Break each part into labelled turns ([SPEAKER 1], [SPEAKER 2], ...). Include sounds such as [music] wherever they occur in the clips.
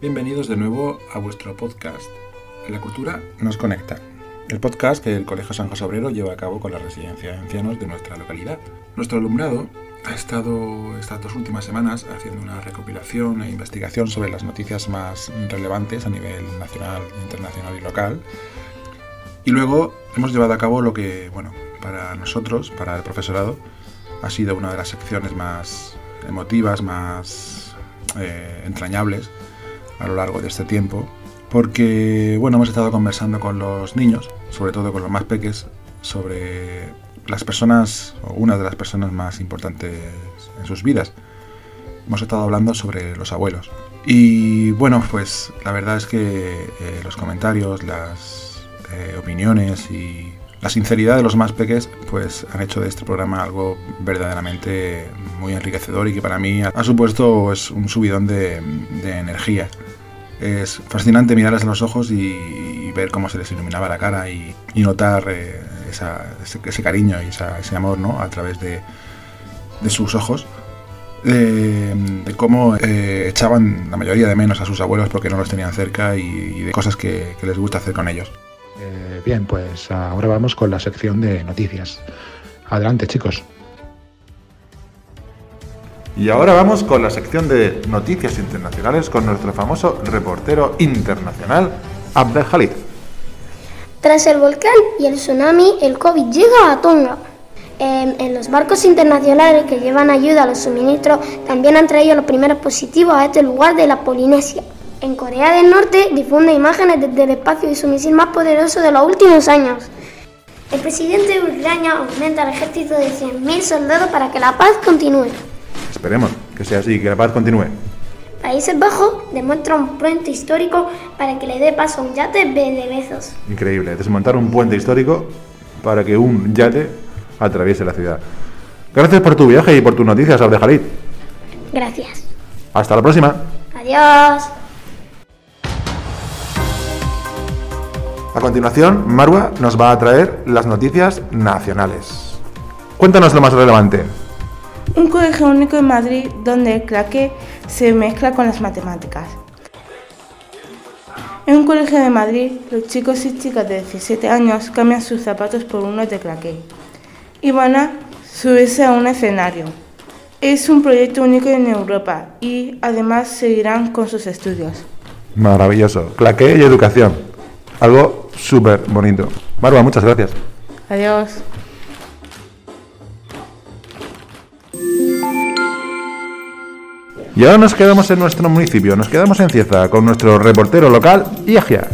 [SPEAKER 1] Bienvenidos de nuevo a vuestro podcast. La cultura nos conecta. El podcast que el Colegio San José Obrero lleva a cabo con la residencia de ancianos de nuestra localidad. Nuestro alumnado ha estado estas dos últimas semanas haciendo una recopilación e investigación sobre las noticias más relevantes a nivel nacional, internacional y local. Y luego hemos llevado a cabo lo que, bueno, para nosotros, para el profesorado, ha sido una de las secciones más emotivas, más eh, entrañables a lo largo de este tiempo, porque bueno, hemos estado conversando con los niños, sobre todo con los más peques, sobre las personas, o una de las personas más importantes en sus vidas. Hemos estado hablando sobre los abuelos. Y bueno, pues la verdad es que eh, los comentarios, las eh, opiniones y la sinceridad de los más peques pues han hecho de este programa algo verdaderamente muy enriquecedor y que para mí ha supuesto pues, un subidón de, de, energía. Es fascinante mirarles a los ojos y, y ver cómo se les iluminaba la cara y, y notar eh, esa, ese, ese, cariño y esa, ese amor ¿no? a través de, de sus ojos. De, de cómo eh, echaban la mayoría de menos a sus abuelos porque no los tenían cerca y, y de cosas que, que les gusta hacer con ellos.
[SPEAKER 2] Eh, bien, pues ahora vamos con la sección de noticias. Adelante, chicos.
[SPEAKER 3] Y ahora vamos con la sección de noticias internacionales con nuestro famoso reportero internacional, Abdelhalid.
[SPEAKER 4] Tras el volcán y el tsunami, el COVID llega a Tonga. Eh, en los barcos internacionales que llevan ayuda a los suministros también han traído los primeros positivos a este lugar de la Polinesia. En Corea del Norte difunde imágenes desde el espacio y su misil más poderoso de los últimos años. El presidente de Ucrania aumenta el ejército de 100.000 soldados para que la paz continúe.
[SPEAKER 3] Esperemos que sea así, que la paz continúe.
[SPEAKER 4] Países Bajos demuestra un puente histórico para que le dé paso a un yate de besos.
[SPEAKER 3] Increíble, desmontar un puente histórico para que un yate atraviese la ciudad. Gracias por tu viaje y por tus noticias, Abdejalit.
[SPEAKER 4] Gracias.
[SPEAKER 3] Hasta la próxima.
[SPEAKER 4] Adiós.
[SPEAKER 3] A continuación, Marwa nos va a traer las noticias nacionales. Cuéntanos lo más relevante.
[SPEAKER 5] Un colegio único en Madrid donde el claqué se mezcla con las matemáticas. En un colegio de Madrid, los chicos y chicas de 17 años cambian sus zapatos por unos de claqué y van a subirse a un escenario. Es un proyecto único en Europa y además seguirán con sus estudios.
[SPEAKER 3] Maravilloso. Claqué y educación. Algo súper bonito. Barba, muchas gracias.
[SPEAKER 5] Adiós.
[SPEAKER 3] Y ahora nos quedamos en nuestro municipio, nos quedamos en Cieza con nuestro reportero local, Iagia.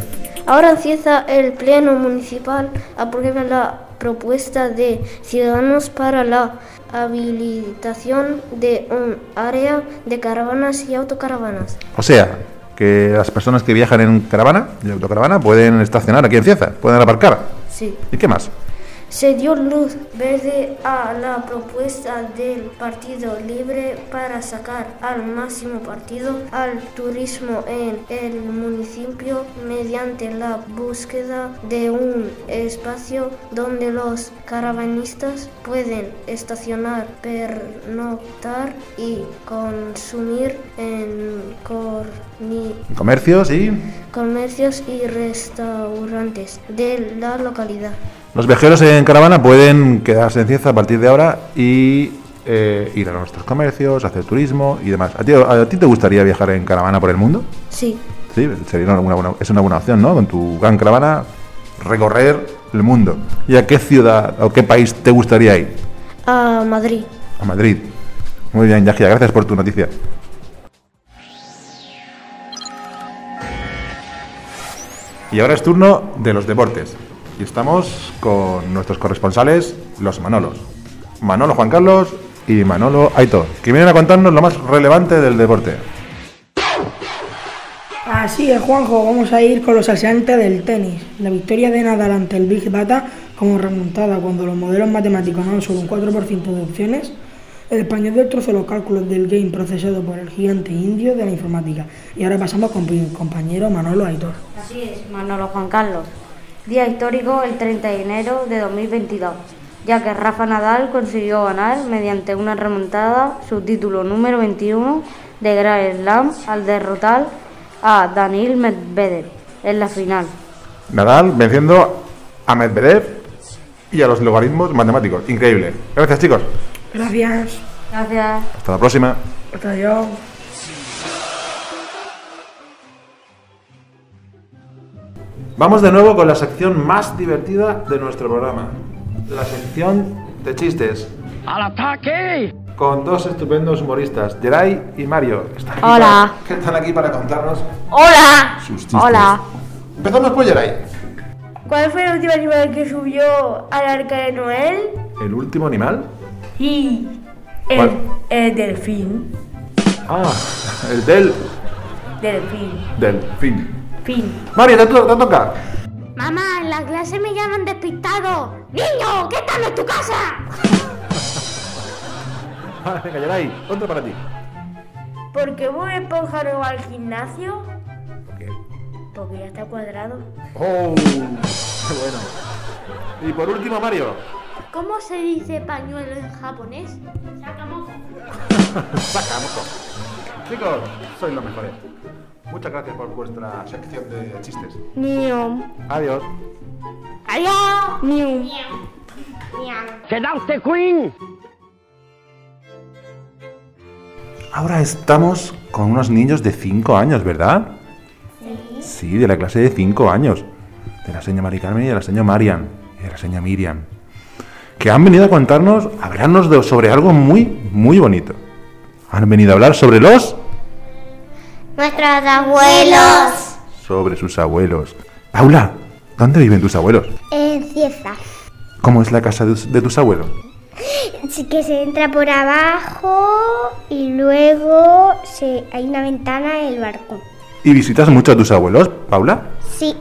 [SPEAKER 6] Ahora en Cieza el Pleno Municipal aprueba la propuesta de Ciudadanos para la habilitación de un área de caravanas y autocaravanas.
[SPEAKER 3] O sea, que las personas que viajan en caravana y autocaravana pueden estacionar aquí en Cieza, pueden aparcar.
[SPEAKER 6] Sí.
[SPEAKER 3] ¿Y qué más?
[SPEAKER 6] Se dio luz verde a la propuesta del Partido Libre para sacar al máximo partido al turismo en el municipio mediante la búsqueda de un espacio donde los caravanistas pueden estacionar, pernoctar y consumir en
[SPEAKER 3] comercios y
[SPEAKER 6] comercios y restaurantes de la localidad.
[SPEAKER 3] Los viajeros en caravana pueden quedarse en Cieza a partir de ahora y eh, ir a nuestros comercios, hacer turismo y demás. ¿A ti, ¿A ti, te gustaría viajar en caravana por el mundo?
[SPEAKER 6] Sí.
[SPEAKER 3] Sí, sería una buena, es una buena opción, ¿no? Con tu gran caravana, recorrer el mundo. ¿Y a qué ciudad o qué país te gustaría ir?
[SPEAKER 6] A Madrid.
[SPEAKER 3] A Madrid. Muy bien, Yagia, gracias por tu noticia. Y ahora es turno de los deportes y estamos con nuestros corresponsales, los Manolos. Manolo Juan Carlos y Manolo Aitor, que vienen a contarnos lo más relevante del deporte.
[SPEAKER 7] Así es, Juanjo, vamos a ir con los aseantes del tenis. La victoria de Nadal ante el Big Data como remontada cuando los modelos matemáticos dan solo un 4% de opciones. El español destrozó los cálculos del game procesado por el gigante indio de la informática. Y ahora pasamos con mi compañero Manolo Aitor.
[SPEAKER 8] Así es, Manolo Juan Carlos día histórico el 30 de enero de 2022, ya que Rafa Nadal consiguió ganar mediante una remontada su título número 21 de Grand Slam al derrotar
[SPEAKER 9] a Daniil Medvedev en la final.
[SPEAKER 3] Nadal venciendo a Medvedev y a los logaritmos matemáticos. Increíble. Gracias, chicos.
[SPEAKER 7] Gracias.
[SPEAKER 9] Gracias.
[SPEAKER 3] Hasta la próxima.
[SPEAKER 7] Hasta adiós.
[SPEAKER 3] Vamos de nuevo con la sección más divertida de nuestro programa. La sección de chistes.
[SPEAKER 10] ¡Al ataque!
[SPEAKER 3] Con dos estupendos humoristas, Geray y Mario. que están aquí
[SPEAKER 9] Hola.
[SPEAKER 3] para- que están aquí para contarnos
[SPEAKER 9] Hola.
[SPEAKER 3] sus chistes.
[SPEAKER 9] Hola.
[SPEAKER 3] Empezamos por Geray.
[SPEAKER 11] ¿Cuál fue el último animal que subió al arca de Noel?
[SPEAKER 3] ¿El último animal?
[SPEAKER 11] Y
[SPEAKER 3] ¿Cuál?
[SPEAKER 11] el, el delfín.
[SPEAKER 3] Ah, el del...
[SPEAKER 11] Delfín.
[SPEAKER 3] del fin.
[SPEAKER 11] Fin.
[SPEAKER 3] Mario, te, to- te toca.
[SPEAKER 6] Mamá, en la clase me llaman despistado. Niño, ¿qué tal en tu casa?
[SPEAKER 3] Ah, [laughs] venga, Geray, otro para ti.
[SPEAKER 11] ¿Por qué Bob Esponja no va al gimnasio? Porque ya está cuadrado.
[SPEAKER 3] ¡Oh! [laughs] qué bueno. Y por último, Mario.
[SPEAKER 6] ¿Cómo se dice pañuelo en japonés?
[SPEAKER 3] Saca, moco. Chicos, sois los mejores. Muchas gracias por vuestra sección de chistes. Adiós.
[SPEAKER 10] ¡Quedarte, Queen!
[SPEAKER 3] Ahora estamos con unos niños de 5 años, ¿verdad? Sí. Sí, de la clase de 5 años. De la señora Mari Carmen y de la señora Marian. Y de la señora Miriam. Que han venido a contarnos, a hablarnos de- sobre algo muy, muy bonito. Han venido a hablar sobre los...
[SPEAKER 6] Nuestros abuelos.
[SPEAKER 3] Sobre sus abuelos. Paula, ¿dónde viven tus abuelos?
[SPEAKER 6] En Cieza.
[SPEAKER 3] ¿Cómo es la casa de, de tus abuelos?
[SPEAKER 6] Así que se entra por abajo y luego se, hay una ventana en el barco.
[SPEAKER 3] ¿Y visitas mucho a tus abuelos, Paula?
[SPEAKER 6] Sí,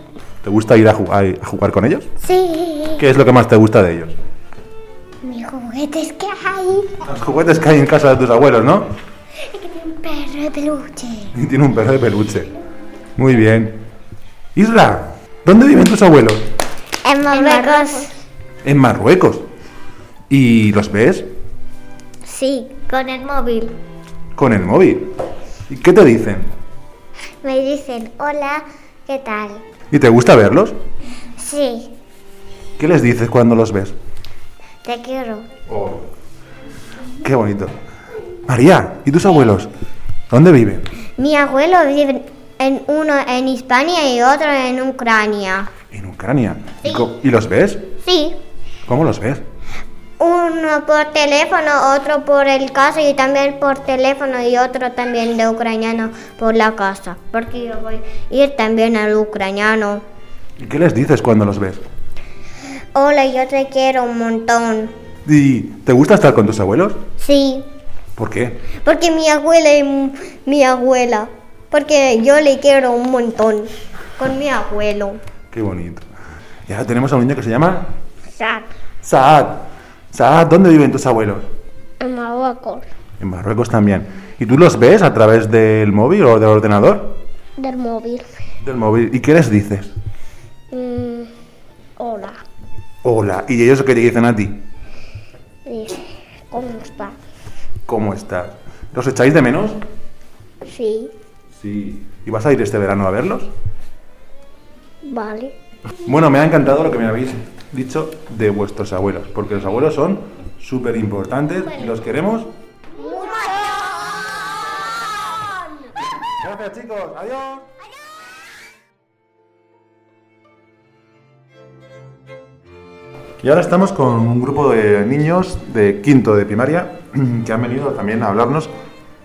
[SPEAKER 3] ¿Te gusta ir a, ju- a- a jugar con ellos?
[SPEAKER 6] sí.
[SPEAKER 3] ¿Qué es lo que más te gusta de ellos?
[SPEAKER 6] Mis juguetes que hay.
[SPEAKER 3] Los juguetes que hay en casa de tus abuelos, ¿no?
[SPEAKER 6] Un perro de peluche.
[SPEAKER 3] Y tiene un perro de peluche. Muy bien. Isla, ¿dónde viven tus abuelos?
[SPEAKER 6] En Marruecos.
[SPEAKER 3] En Marruecos. ¿Y los ves?
[SPEAKER 6] Sí, con el móvil.
[SPEAKER 3] Con el móvil. ¿Y qué te dicen?
[SPEAKER 6] Me dicen, hola, ¿qué tal?
[SPEAKER 3] ¿Y te gusta verlos?
[SPEAKER 6] Sí,
[SPEAKER 3] ¿Qué les dices cuando los ves?
[SPEAKER 6] te quiero.
[SPEAKER 3] Qué bonito. María, ¿y tus abuelos? ¿Dónde viven?
[SPEAKER 6] Mi abuelo vive en uno en Hispania y otro en Ucrania.
[SPEAKER 3] En Ucrania. ¿Y, co- y los ves?
[SPEAKER 6] Sí,
[SPEAKER 3] ¿Cómo los ves?
[SPEAKER 6] uno por teléfono, otro por el caso y también por teléfono y otro también de ucraniano por la casa. Porque yo voy a ir también al ucraniano.
[SPEAKER 3] ¿Y qué les dices cuando los ves?
[SPEAKER 6] Hola, yo te quiero un montón.
[SPEAKER 3] ¿Y te gusta estar con tus abuelos?
[SPEAKER 6] Sí,
[SPEAKER 3] ¿Por qué?
[SPEAKER 6] porque mi abuela y m- mi abuela. Porque yo le quiero un montón con mi abuelo.
[SPEAKER 3] Qué bonito. Y ahora tenemos a un niño que se llama
[SPEAKER 6] Sad.
[SPEAKER 3] Saad. Saad, ¿dónde viven tus abuelos?
[SPEAKER 6] En Marruecos,
[SPEAKER 3] En Marruecos también. ¿Y tú los ves a través del móvil o del ordenador?
[SPEAKER 6] del móvil.
[SPEAKER 3] Del móvil. ¿Y qué les dices?
[SPEAKER 6] Mm, hola,
[SPEAKER 3] Hola. ¿Y ellos qué te dicen a ti?
[SPEAKER 6] dice, Eh, ¿cómo está?
[SPEAKER 3] ¿Cómo estás? ¿Los echáis de menos?
[SPEAKER 6] Sí,
[SPEAKER 3] Sí. ¿Y vas a ir este verano a verlos?
[SPEAKER 6] vale.
[SPEAKER 3] Bueno, me ha encantado lo que me habéis dicho de vuestros abuelos, porque los abuelos son súper importantes y los queremos. Gracias chicos, adiós. Y ahora estamos con un grupo de niños de quinto de primaria [clears throat] que han venido también a hablarnos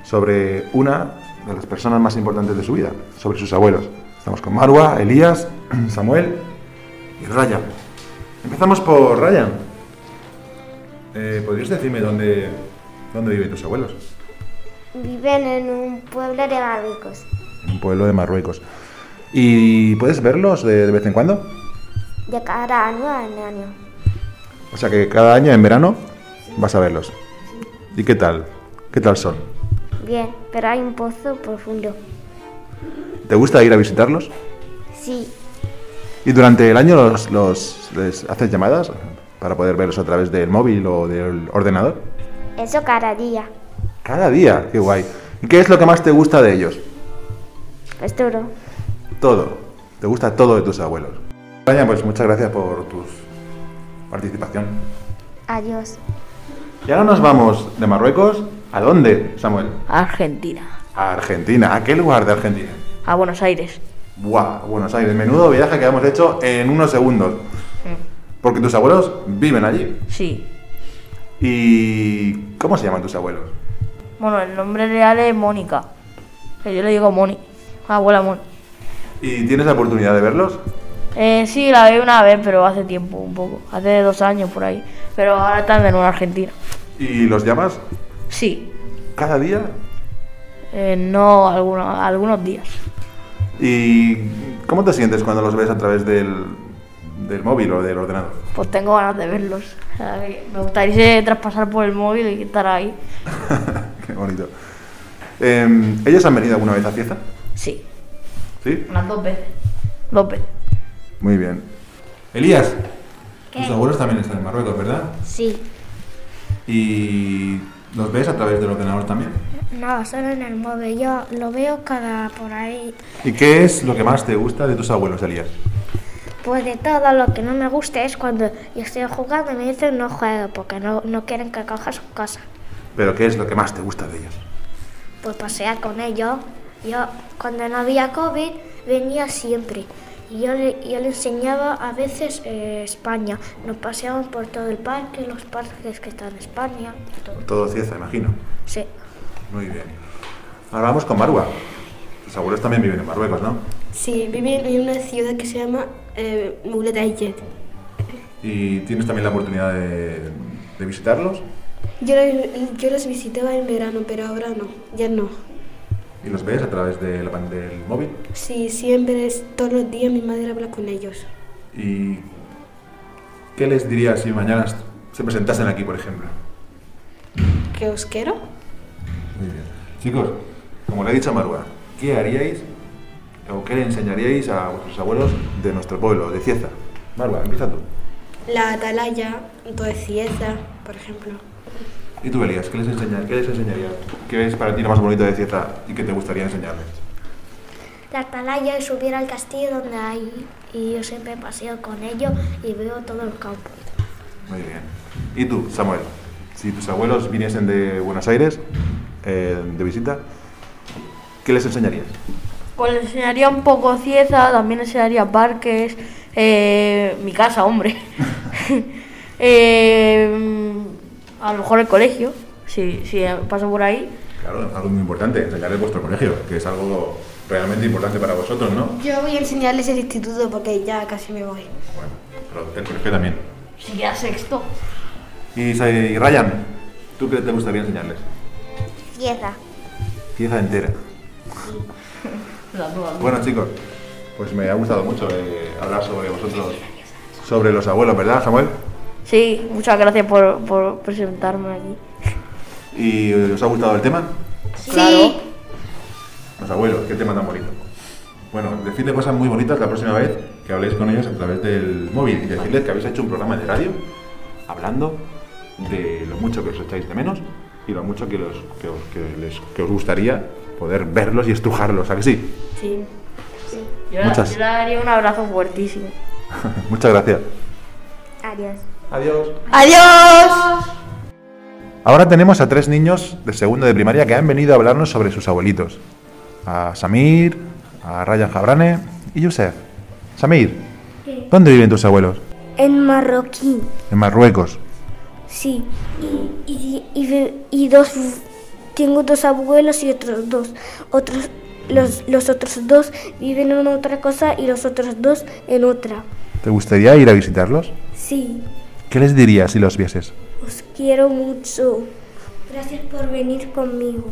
[SPEAKER 3] sobre una de las personas más importantes de su vida, sobre sus abuelos. Estamos con Marwa, Elías, [clears throat] Samuel y Ryan. Empezamos por Ryan. Eh, ¿Podrías decirme dónde, dónde viven tus abuelos?
[SPEAKER 6] Viven en un pueblo de barbicos.
[SPEAKER 3] En un pueblo de Marruecos. ¿Y puedes verlos de, de vez en cuando?
[SPEAKER 6] de cada año en año.
[SPEAKER 3] O sea que cada año en verano vas a verlos. ¿Y qué tal? ¿Qué tal son?
[SPEAKER 6] Bien, pero hay un pozo profundo.
[SPEAKER 3] ¿Te gusta ir a visitarlos?
[SPEAKER 6] Sí,
[SPEAKER 3] ¿Y durante el año los, los- les haces llamadas para poder verlos a través del móvil o del ordenador?
[SPEAKER 6] eso cada día.
[SPEAKER 3] Cada día, qué guay. ¿Y qué es lo que más te gusta de ellos?
[SPEAKER 6] Es Pues duro.
[SPEAKER 3] Todo. Te gusta todo de tus abuelos. España, pues muchas gracias por tu participación.
[SPEAKER 6] Adiós.
[SPEAKER 3] Y ahora nos vamos de Marruecos. ¿A dónde, Samuel?
[SPEAKER 12] Argentina.
[SPEAKER 3] A Argentina. ¿A qué lugar de Argentina?
[SPEAKER 12] A Buenos Aires.
[SPEAKER 3] ¡Buah! Buenos Aires. Menudo viaje que hemos hecho en unos segundos.
[SPEAKER 12] Mm.
[SPEAKER 3] Porque tus abuelos viven allí.
[SPEAKER 12] Sí.
[SPEAKER 3] ¿Y cómo se llaman tus abuelos?
[SPEAKER 12] Bueno, el nombre real es Mónica. Que yo le digo Moni. Ah, Abuela Moni.
[SPEAKER 3] ¿Y tienes la oportunidad de verlos?
[SPEAKER 12] Eh, sí, la vi una vez, pero hace tiempo, un poco. Hace dos años por ahí. Pero ahora están en una Argentina.
[SPEAKER 3] ¿Y los llamas
[SPEAKER 12] Sí.
[SPEAKER 3] cada día?
[SPEAKER 12] Eh, no algunos, algunos días.
[SPEAKER 3] ¿Y cómo te sientes cuando los ves a través del, del móvil o del ordenador? [laughs]
[SPEAKER 12] Pues tengo ganas de verlos. O sea, que Me gustaría traspasar por el móvil y estar ahí.
[SPEAKER 3] Qué bonito. Eh, ¿Ellos han venido alguna vez a fiesta?
[SPEAKER 12] Sí.
[SPEAKER 3] ¿Sí?
[SPEAKER 12] Unas dos veces. Dos veces.
[SPEAKER 3] Muy bien. Elías, tus abuelos también están en Marruecos, ¿verdad?
[SPEAKER 6] Sí.
[SPEAKER 3] ¿Y los ves a través del ordenador también?
[SPEAKER 6] No, solo en el móvil. Yo lo veo cada por ahí.
[SPEAKER 3] ¿Y qué es lo que más te gusta de tus abuelos, Elías?
[SPEAKER 6] Pues de todo lo que no me gusta es cuando yo estoy jugando y me dicen no juego porque no, no quieren que coja su casa.
[SPEAKER 3] ¿Pero qué es lo que más te gusta de ellos?
[SPEAKER 6] Pues pasear con ellos. Yo cuando no había COVID venía siempre. Y Yo le, yo le enseñaba a veces eh, España. Nos paseaban por todo el parque, los parques que están en España. todo.
[SPEAKER 3] Todo Cieza, imagino.
[SPEAKER 6] Sí.
[SPEAKER 3] Muy bien. Ahora vamos con Marwa. Tus abuelos también viven en Marruecos, ¿no?
[SPEAKER 13] Sí, viven en una ciudad que se llama eh, Moulataïjet.
[SPEAKER 3] ¿Y tienes también la oportunidad de, de visitarlos?
[SPEAKER 13] Yo, los- yo los visitaba en verano, pero ahora no, ya no.
[SPEAKER 3] ¿Y los ves a través de la pan- del móvil?
[SPEAKER 13] Sí, siempre, es- todos los días mi madre habla con ellos.
[SPEAKER 3] ¿Y qué les dirías si mañana est- se presentasen aquí, por ejemplo?
[SPEAKER 13] ¿Que os quiero?
[SPEAKER 3] Muy bien. Chicos, como le he dicho a Marwa, ¿qué haríais o qué le enseñaríais a vuestros abuelos de nuestro pueblo, de Cieza? Marwa, empieza tú.
[SPEAKER 13] La atalaya, de Cieza, por ejemplo.
[SPEAKER 3] ¿Y tú, Elías, qué les, enseña- qué les enseñarías? ¿Qué es para ti lo más bonito de Cieza y qué te gustaría enseñarles?
[SPEAKER 6] La atalaya es subir al castillo donde hay. Y yo siempre paseo con ellos y veo todo el campo.
[SPEAKER 3] Muy bien. ¿Y tú, Samuel? Si tus abuelos viniesen de Buenos Aires eh, de visita, ¿qué les enseñarías?
[SPEAKER 12] Pues le enseñaría un poco Cieza, también les enseñaría parques, eh, mi casa, hombre. [laughs] Eh, a lo mejor el colegio, si, si paso por ahí.
[SPEAKER 3] Claro, algo muy importante, enseñarles vuestro colegio, que es algo realmente importante para vosotros, ¿no?
[SPEAKER 13] Yo voy a enseñarles el instituto porque ya Ah, casi me voy.
[SPEAKER 3] Bueno, pero el colegio también.
[SPEAKER 12] Si queda sexto.
[SPEAKER 3] Y, Sa- y Ryan, ¿tú qué te gustaría enseñarles?
[SPEAKER 6] Tierra.
[SPEAKER 3] Pieza entera.
[SPEAKER 12] La nueva.
[SPEAKER 3] Bueno, chicos, pues me ha gustado mucho eh, hablar sobre vosotros, sobre los abuelos, ¿verdad, Samuel?
[SPEAKER 12] Sí, muchas gracias por, por presentarme aquí.
[SPEAKER 3] ¿Y eh, os ha gustado el tema?
[SPEAKER 12] Sí.
[SPEAKER 3] Los abuelos, qué tema tan bonito. Bueno, decirle cosas muy bonitas la próxima vez que habléis con ellos a través del móvil y decirles que habéis hecho un programa de radio hablando de lo mucho que os echáis de menos y lo mucho que, los- que os, que les- que os gustaría poder verlos y estrujarlos, ¿a que sí?
[SPEAKER 12] Sí. Yo,
[SPEAKER 3] Muchas.
[SPEAKER 12] le- yo le daría un abrazo fuertísimo.
[SPEAKER 3] Muchas gracias.
[SPEAKER 6] Adiós.
[SPEAKER 3] Adiós.
[SPEAKER 12] ¡Adiós!
[SPEAKER 3] Ahora tenemos a tres niños de segundo de primaria que han venido a hablarnos sobre sus abuelitos. A Samir, a Ryan Jabrane y Yusef. Samir, ¿dónde viven tus abuelos?
[SPEAKER 6] En marroquí.
[SPEAKER 3] En Marruecos.
[SPEAKER 6] Sí, y, y- y ve- y dos, tengo dos abuelos y otros dos. Otros, los, los otros dos viven en otra cosa y los otros dos en otra.
[SPEAKER 3] ¿Te gustaría ir a visitarlos?
[SPEAKER 6] Sí,
[SPEAKER 3] ¿Qué les dirías si los vieses?
[SPEAKER 6] os quiero mucho. Gracias por venir conmigo.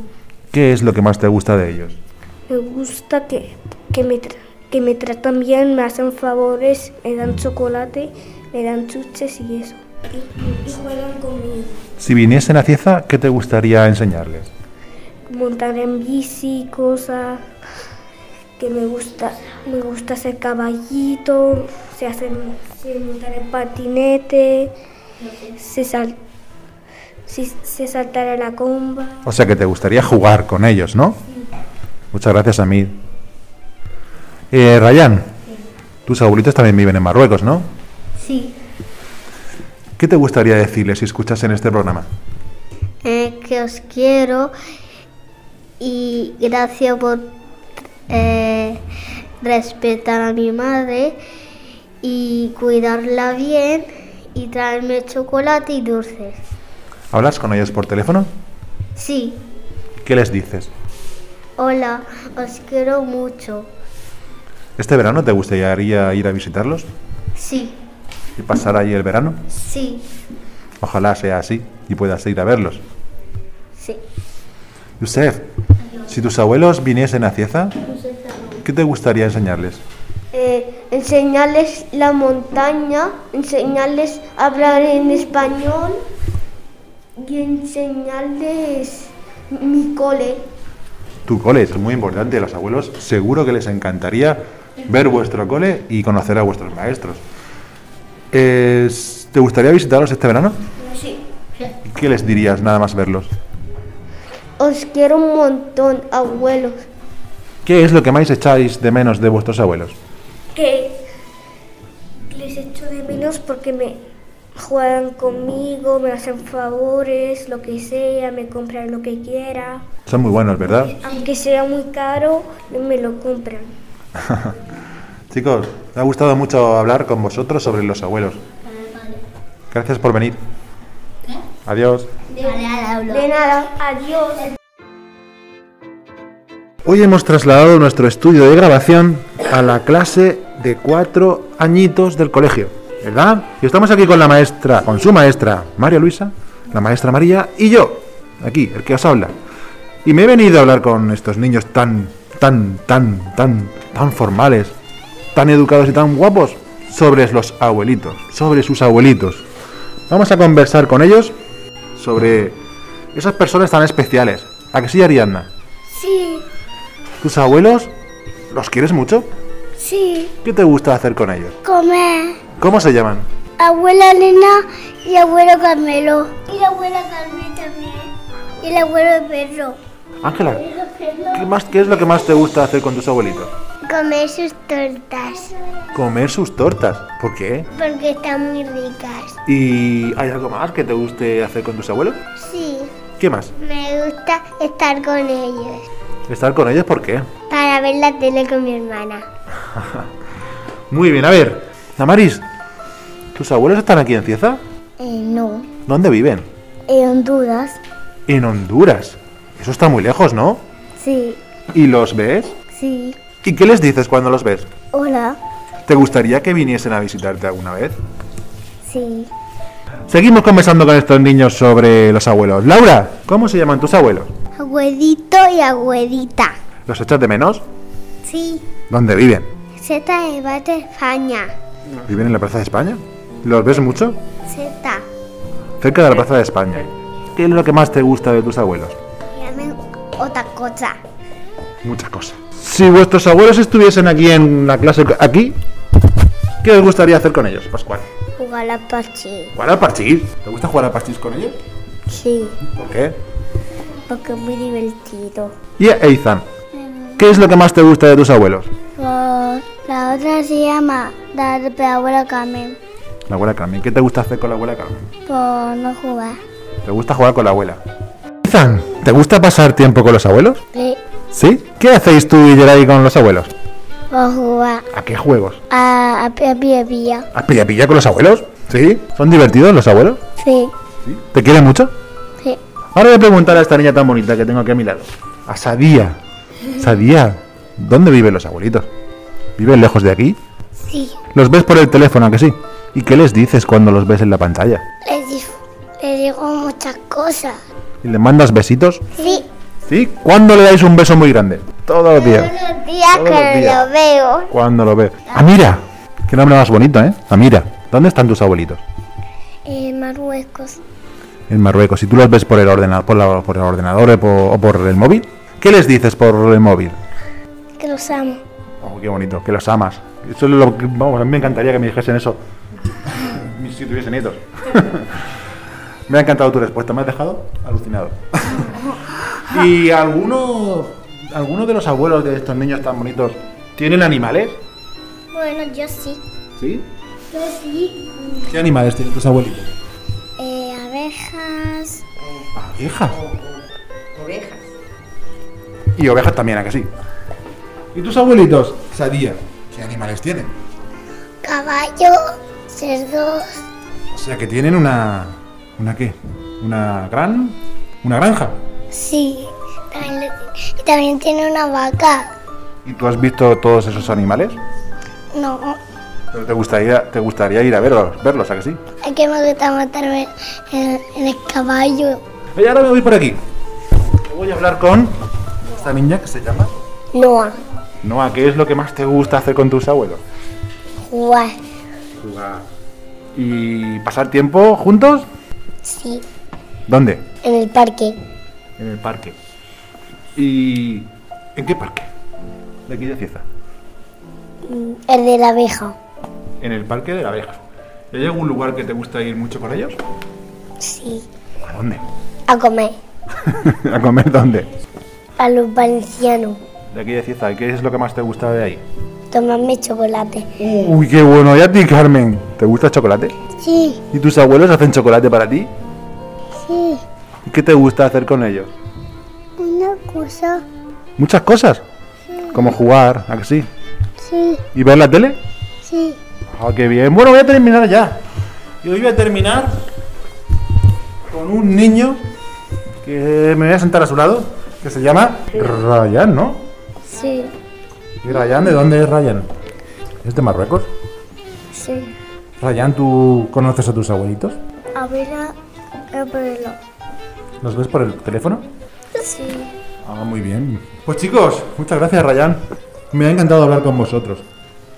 [SPEAKER 3] ¿Qué es lo que más te gusta de ellos?
[SPEAKER 6] Me gusta que, que, me, tra- que me tratan bien, me hacen favores, me dan chocolate, me dan chuches y eso. Y, juegan conmigo.
[SPEAKER 3] Si viniesen a Cieza, ¿qué te gustaría enseñarles?
[SPEAKER 6] montar en bici, cosas que me gusta, me gusta hacer caballito, se hace se montar en patinete, se sal, se, se saltar a la comba.
[SPEAKER 3] O sea que te gustaría jugar con ellos, ¿no? Muchas gracias, Samir. Eh, Rayán, tus abuelitos también viven en Marruecos, ¿no?
[SPEAKER 14] Sí.
[SPEAKER 3] ¿Qué te gustaría decirles si escuchasen este programa?
[SPEAKER 14] Eh, que os quiero y gracias por eh, respetar a mi madre y cuidarla bien y traerme chocolate y dulces.
[SPEAKER 3] ¿Hablas con ellos por teléfono?
[SPEAKER 14] Sí,
[SPEAKER 3] ¿Qué les dices?
[SPEAKER 14] hola, os quiero mucho.
[SPEAKER 3] ¿Este verano te gustaría ir a visitarlos
[SPEAKER 14] Sí,
[SPEAKER 3] y pasar ahí el verano?
[SPEAKER 14] sí,
[SPEAKER 3] Ojalá sea así y puedas ir a verlos.
[SPEAKER 14] sí.
[SPEAKER 3] Yusef, si tus abuelos viniesen a Cieza, ¿qué te gustaría enseñarles?
[SPEAKER 15] Eh, enseñarles la montaña, enseñarles a hablar en español y enseñarles mi cole.
[SPEAKER 3] Tu cole es muy importante, a los abuelos seguro que les encantaría ver vuestro cole y conocer a vuestros maestros. Es- ¿Te gustaría visitarlos este verano?
[SPEAKER 15] Sí.
[SPEAKER 3] ¿Qué les dirías nada más verlos?
[SPEAKER 15] Os quiero un montón, abuelos.
[SPEAKER 3] ¿Qué es lo que más echáis de menos de vuestros abuelos?
[SPEAKER 13] Que les echo de menos porque me juegan conmigo, me hacen favores, lo que sea, me compran lo que quiera.
[SPEAKER 3] Son muy buenos, ¿verdad?
[SPEAKER 13] Aunque sea muy caro, me lo compran.
[SPEAKER 3] Chicos, me ha gustado mucho hablar con vosotros sobre los abuelos. Gracias por venir. Adiós.
[SPEAKER 13] De nada, adiós.
[SPEAKER 3] Hoy hemos trasladado nuestro estudio de grabación a la clase de cuatro añitos del colegio, ¿verdad? Y estamos aquí con la maestra, con su maestra, María Luisa, la maestra María y yo, aquí, el que os habla. Y me he venido a hablar con estos niños tan, tan, tan, tan, tan formales, tan educados y tan guapos, sobre los abuelitos, sobre sus abuelitos. Vamos a conversar con ellos sobre esas personas tan especiales. ¿A que sí, Ariadna?
[SPEAKER 13] Sí,
[SPEAKER 3] ¿Tus abuelos los quieres mucho?
[SPEAKER 13] sí,
[SPEAKER 3] ¿Qué te gusta hacer con ellos?
[SPEAKER 13] comer.
[SPEAKER 3] ¿Cómo se llaman?
[SPEAKER 13] Abuela Elena y abuelo Carmelo.
[SPEAKER 14] Y la abuela Carmen también. Y el abuelo perro.
[SPEAKER 3] Ángela, ¿qué, más, ¿qué es lo que más te gusta hacer con tus abuelitos?
[SPEAKER 14] Comer sus tortas.
[SPEAKER 3] Comer sus tortas. ¿Por qué?
[SPEAKER 14] Porque están muy ricas.
[SPEAKER 3] ¿Y hay algo más que te guste hacer con tus abuelos?
[SPEAKER 14] Sí,
[SPEAKER 3] ¿Qué más?
[SPEAKER 14] me gusta estar con ellos.
[SPEAKER 3] ¿Estar con ellos por qué?
[SPEAKER 14] Para ver la tele con mi hermana.
[SPEAKER 3] Muy bien, a ver. Damaris, ¿tus abuelos están aquí en Cieza?
[SPEAKER 14] Eh, no,
[SPEAKER 3] ¿Dónde viven?
[SPEAKER 14] en Honduras.
[SPEAKER 3] En Honduras. Eso está muy lejos, ¿no?
[SPEAKER 14] Sí,
[SPEAKER 3] ¿Y los ves?
[SPEAKER 14] sí.
[SPEAKER 3] ¿Y qué les dices cuando los ves?
[SPEAKER 14] Hola.
[SPEAKER 3] ¿Te gustaría que viniesen a visitarte alguna vez?
[SPEAKER 14] Sí.
[SPEAKER 3] Seguimos conversando con estos niños sobre los abuelos. Laura, ¿cómo se llaman tus abuelos?
[SPEAKER 14] Abuelito y abuelita.
[SPEAKER 3] ¿Los echas de menos?
[SPEAKER 14] Sí.
[SPEAKER 3] ¿Dónde viven?
[SPEAKER 14] Z de Bate España.
[SPEAKER 3] ¿Viven en la Plaza de España? ¿Los ves mucho?
[SPEAKER 14] Z.
[SPEAKER 3] Cerca de la Plaza de España. ¿Qué es lo que más te gusta de tus abuelos?
[SPEAKER 14] Llamen otra cosa.
[SPEAKER 3] Muchas cosas. Si vuestros abuelos estuviesen aquí en la clase, aquí, ¿qué os gustaría hacer con ellos, Pascual?
[SPEAKER 14] Jugar a parchís.
[SPEAKER 3] Pues ¿Jugar al parchís? ¿Te gusta jugar al parchís con ellos?
[SPEAKER 14] Sí,
[SPEAKER 3] ¿Por qué?
[SPEAKER 14] porque es muy divertido.
[SPEAKER 3] Y Eitan, ¿qué es lo que más te gusta de tus abuelos?
[SPEAKER 14] la otra se llama dar abuela Carmen.
[SPEAKER 3] La abuela Carmen. ¿Qué te gusta hacer con la abuela Carmen?
[SPEAKER 14] Por no jugar.
[SPEAKER 3] ¿Te gusta jugar con la abuela? Ethan, ¿te gusta pasar tiempo con los abuelos?
[SPEAKER 14] Sí.
[SPEAKER 3] ¿Sí? ¿Qué hacéis tú y Geray con los abuelos?
[SPEAKER 14] Por jugar
[SPEAKER 3] ¿A qué juegos?
[SPEAKER 14] a, a, a pilla pilla.
[SPEAKER 3] ¿A pilla pilla con los abuelos? ¿Sí? ¿Son divertidos los abuelos?
[SPEAKER 14] Sí,
[SPEAKER 3] ¿Te quieren mucho?
[SPEAKER 14] sí.
[SPEAKER 3] Ahora voy a preguntar a esta niña tan bonita que tengo aquí a mi lado. A Sadía. Sadía, ¿dónde viven los abuelitos? ¿Viven lejos de aquí?
[SPEAKER 14] Sí.
[SPEAKER 3] ¿Los ves por el teléfono, a que sí? ¿Y qué les dices cuando los ves en la pantalla?
[SPEAKER 14] Le, digo muchas cosas.
[SPEAKER 3] ¿Y ¿Le mandas besitos?
[SPEAKER 14] Sí.
[SPEAKER 3] ¿Sí? ¿Cuándo le dais un beso muy grande? Todos los días.
[SPEAKER 14] Los días
[SPEAKER 3] Todos los
[SPEAKER 14] que
[SPEAKER 3] días.
[SPEAKER 14] lo veo.
[SPEAKER 3] Cuando lo ve. Amira. Qué nombre más bonito, ¿eh? Amira. ¿Dónde están tus abuelitos?
[SPEAKER 14] En eh, Marruecos.
[SPEAKER 3] En Marruecos. Si tú los ves por el ordenador, por, la- por el ordenador o por, o por el móvil, ¿qué les dices por el móvil?
[SPEAKER 14] Que los amo.
[SPEAKER 3] Oh, qué bonito, que los amas. Eso es lo que, vamos, a mí me encantaría que me dijesen eso. [laughs] si tuviese nietos. [laughs] me ha encantado tu respuesta, me has dejado alucinado. [laughs] ¿Y alguno, alguno de los abuelos de estos niños tan bonitos ¿Tienen animales?
[SPEAKER 14] Bueno, yo sí.
[SPEAKER 3] ¿Sí?
[SPEAKER 14] Yo sí.
[SPEAKER 1] ¿Qué animales tienen tus abuelitos?
[SPEAKER 14] Eh, abejas.
[SPEAKER 3] Abejas.
[SPEAKER 16] Ovejas.
[SPEAKER 3] Y ovejas también, ¿a que sí? ¿Y tus abuelitos? Sadía. ¿Qué animales tienen?
[SPEAKER 14] Caballo. Cerdos.
[SPEAKER 3] O sea, que tienen una... ¿Una qué? ¿Una gran...? ¿Una granja?
[SPEAKER 14] Sí. También, lo- y también tiene una vaca.
[SPEAKER 3] ¿Y tú has visto todos esos animales?
[SPEAKER 14] No.
[SPEAKER 3] Pero te gustaría, te gustaría ir a verlos, verlos, ¿a que sí?
[SPEAKER 14] Es que me gusta montarme en, en el caballo.
[SPEAKER 3] Oye, ahora me voy por aquí. Voy a hablar con esta niña que se llama
[SPEAKER 14] Noah.
[SPEAKER 3] Noa. ¿Qué es lo que más te gusta hacer con tus abuelos?
[SPEAKER 14] Jugar.
[SPEAKER 3] Jugar. ¿Y pasar tiempo juntos?
[SPEAKER 14] Sí.
[SPEAKER 3] ¿Dónde?
[SPEAKER 14] En el parque.
[SPEAKER 3] En el parque. ¿Y en qué parque? De aquí de Cieza.
[SPEAKER 14] Mm, El de la abeja.
[SPEAKER 3] En el parque de la abeja. ¿Hay algún lugar que te gusta ir mucho con ellos?
[SPEAKER 14] Sí.
[SPEAKER 3] ¿A dónde?
[SPEAKER 14] A comer.
[SPEAKER 3] [laughs] ¿A comer dónde?
[SPEAKER 14] A los valencianos.
[SPEAKER 3] De aquí de Cieza. ¿Y ¿Qué es lo que más te gusta de ahí?
[SPEAKER 14] Tomarme chocolate.
[SPEAKER 3] Uy, qué bueno. ¿Y a ti, Carmen? ¿Te gusta el chocolate?
[SPEAKER 14] Sí,
[SPEAKER 3] ¿Y tus abuelos hacen chocolate para ti?
[SPEAKER 14] sí.
[SPEAKER 3] ¿Y qué te gusta hacer con ellos?
[SPEAKER 14] Una cosa.
[SPEAKER 3] Muchas cosas. Como jugar, ¿a que sí?
[SPEAKER 14] Sí,
[SPEAKER 3] ¿Y ver la tele?
[SPEAKER 14] sí.
[SPEAKER 3] Ah, qué bien. Bueno, voy a terminar ya. Y hoy voy a terminar con un niño que me voy a sentar a su lado, que se llama Ryan, ¿no?
[SPEAKER 14] Sí,
[SPEAKER 3] ¿Y Ryan? ¿De dónde es Ryan? ¿Es de Marruecos?
[SPEAKER 14] sí.
[SPEAKER 3] Ryan, ¿tú conoces a tus abuelitos?
[SPEAKER 14] A ver, a,
[SPEAKER 3] ¿Los ves por el teléfono?
[SPEAKER 14] Sí.
[SPEAKER 3] Ah, muy bien. Pues chicos, muchas gracias Ryan. Me ha encantado hablar con vosotros.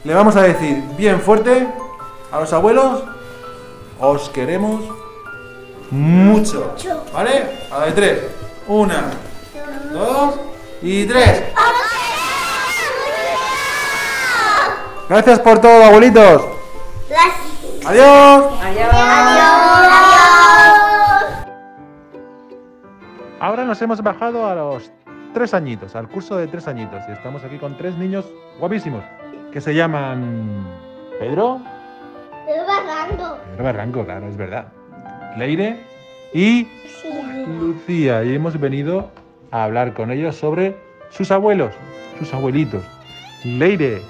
[SPEAKER 3] Le vamos a decir bien fuerte a los abuelos, os queremos mucho. ¿Vale? A la de tres. Una, dos y tres. Gracias por todo, abuelitos. Gracias. Adiós. Ahora nos hemos bajado a los tres añitos, al curso de tres añitos, y estamos aquí con tres niños guapísimos que se llaman Pedro,
[SPEAKER 14] Estoy barrando.
[SPEAKER 3] Pedro Barranco, claro, es verdad, Leire y
[SPEAKER 14] Sí.
[SPEAKER 3] Lucía. Y hemos venido a hablar con ellos sobre sus abuelos, sus abuelitos. Leire,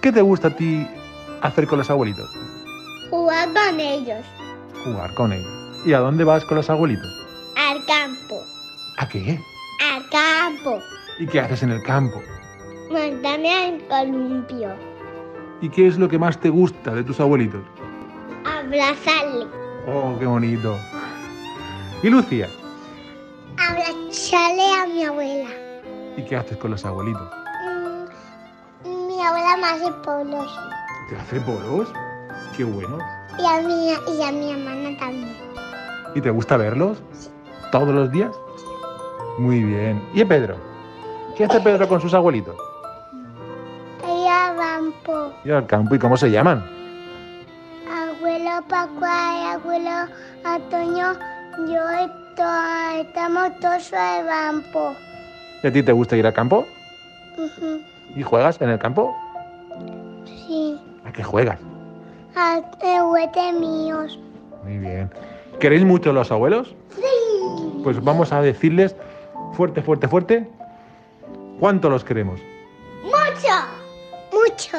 [SPEAKER 3] ¿qué te gusta a ti hacer con los abuelitos?
[SPEAKER 14] Jugar con ellos.
[SPEAKER 3] Jugar con ellos. ¿Y a dónde vas con los abuelitos?
[SPEAKER 14] Al campo.
[SPEAKER 3] ¿A qué?
[SPEAKER 14] Al campo.
[SPEAKER 3] ¿Y qué haces en el campo?
[SPEAKER 14] Montarme al columpio.
[SPEAKER 3] ¿Y qué es lo que más te gusta de tus abuelitos?
[SPEAKER 14] Abrazarle.
[SPEAKER 3] Oh, qué bonito. ¿Y Lucía?
[SPEAKER 14] Abrazarle a mi abuela.
[SPEAKER 3] ¿Y qué haces con los abuelitos?
[SPEAKER 14] Mm, Mi abuela me hace polos.
[SPEAKER 3] ¿Te hace polos? Qué bueno.
[SPEAKER 14] Y a mi, y a mi hermana también.
[SPEAKER 3] ¿Y te gusta verlos? ¿Todos los días? Muy bien. ¿Y Pedro? ¿Qué hace Pedro con sus abuelitos?
[SPEAKER 14] Ella campo.
[SPEAKER 3] Ir al campo. ¿Y cómo se llaman?
[SPEAKER 14] Abuelo Pacuá y abuelo Antonio, yo esto- estamos todos al campo.
[SPEAKER 3] ¿Y a ti te gusta ir al campo?
[SPEAKER 14] Ujú,
[SPEAKER 3] ¿Y juegas en el campo?
[SPEAKER 14] Sí,
[SPEAKER 3] ¿A qué juegas?
[SPEAKER 14] a juguetes míos.
[SPEAKER 3] Muy bien. ¿Queréis mucho a los abuelos?
[SPEAKER 14] Sí.
[SPEAKER 3] Pues vamos a decirles fuerte, fuerte, fuerte cuánto los queremos.
[SPEAKER 14] Mucho, mucho,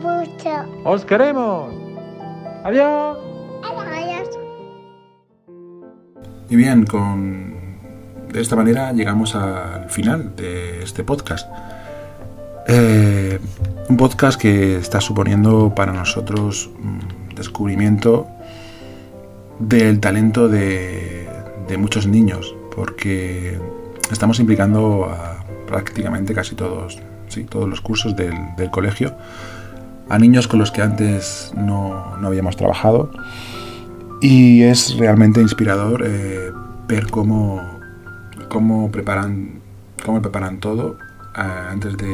[SPEAKER 14] mucho.
[SPEAKER 3] ¡Os queremos! ¡Adiós!
[SPEAKER 14] Adiós.
[SPEAKER 1] Y bien, con... de esta manera llegamos al final de este podcast. Eh, un podcast que está suponiendo para nosotros mm, descubrimiento del talento de, de muchos niños, porque estamos implicando a prácticamente casi todos, sí, todos los cursos del, del colegio, a niños con los que antes no- no habíamos trabajado y es realmente inspirador eh, ver cómo, cómo preparan cómo preparan todo ah, antes de,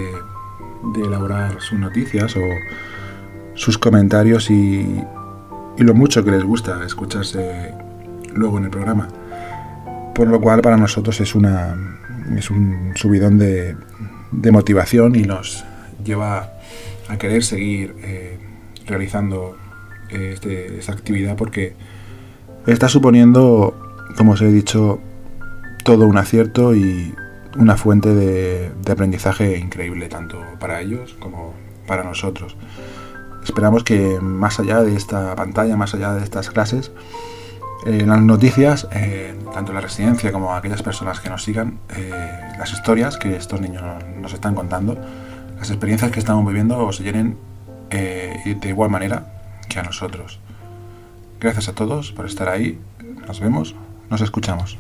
[SPEAKER 1] de elaborar sus noticias o sus comentarios y, y lo mucho que les gusta escucharse luego en el programa. Por lo cual para nosotros es una es un subidón de, de motivación y nos lleva a querer seguir eh, realizando eh, este- esta actividad porque está suponiendo, como os he dicho, todo un acierto y una fuente de, de aprendizaje increíble tanto para ellos como para nosotros. Esperamos que más allá de esta pantalla, más allá de estas clases, en las noticias, eh, tanto la residencia como aquellas personas que nos sigan, eh, las historias que estos niños nos están contando, las experiencias que estamos viviendo os llenen eh, de igual manera que a nosotros. Gracias a todos por estar ahí. Nos vemos, nos escuchamos.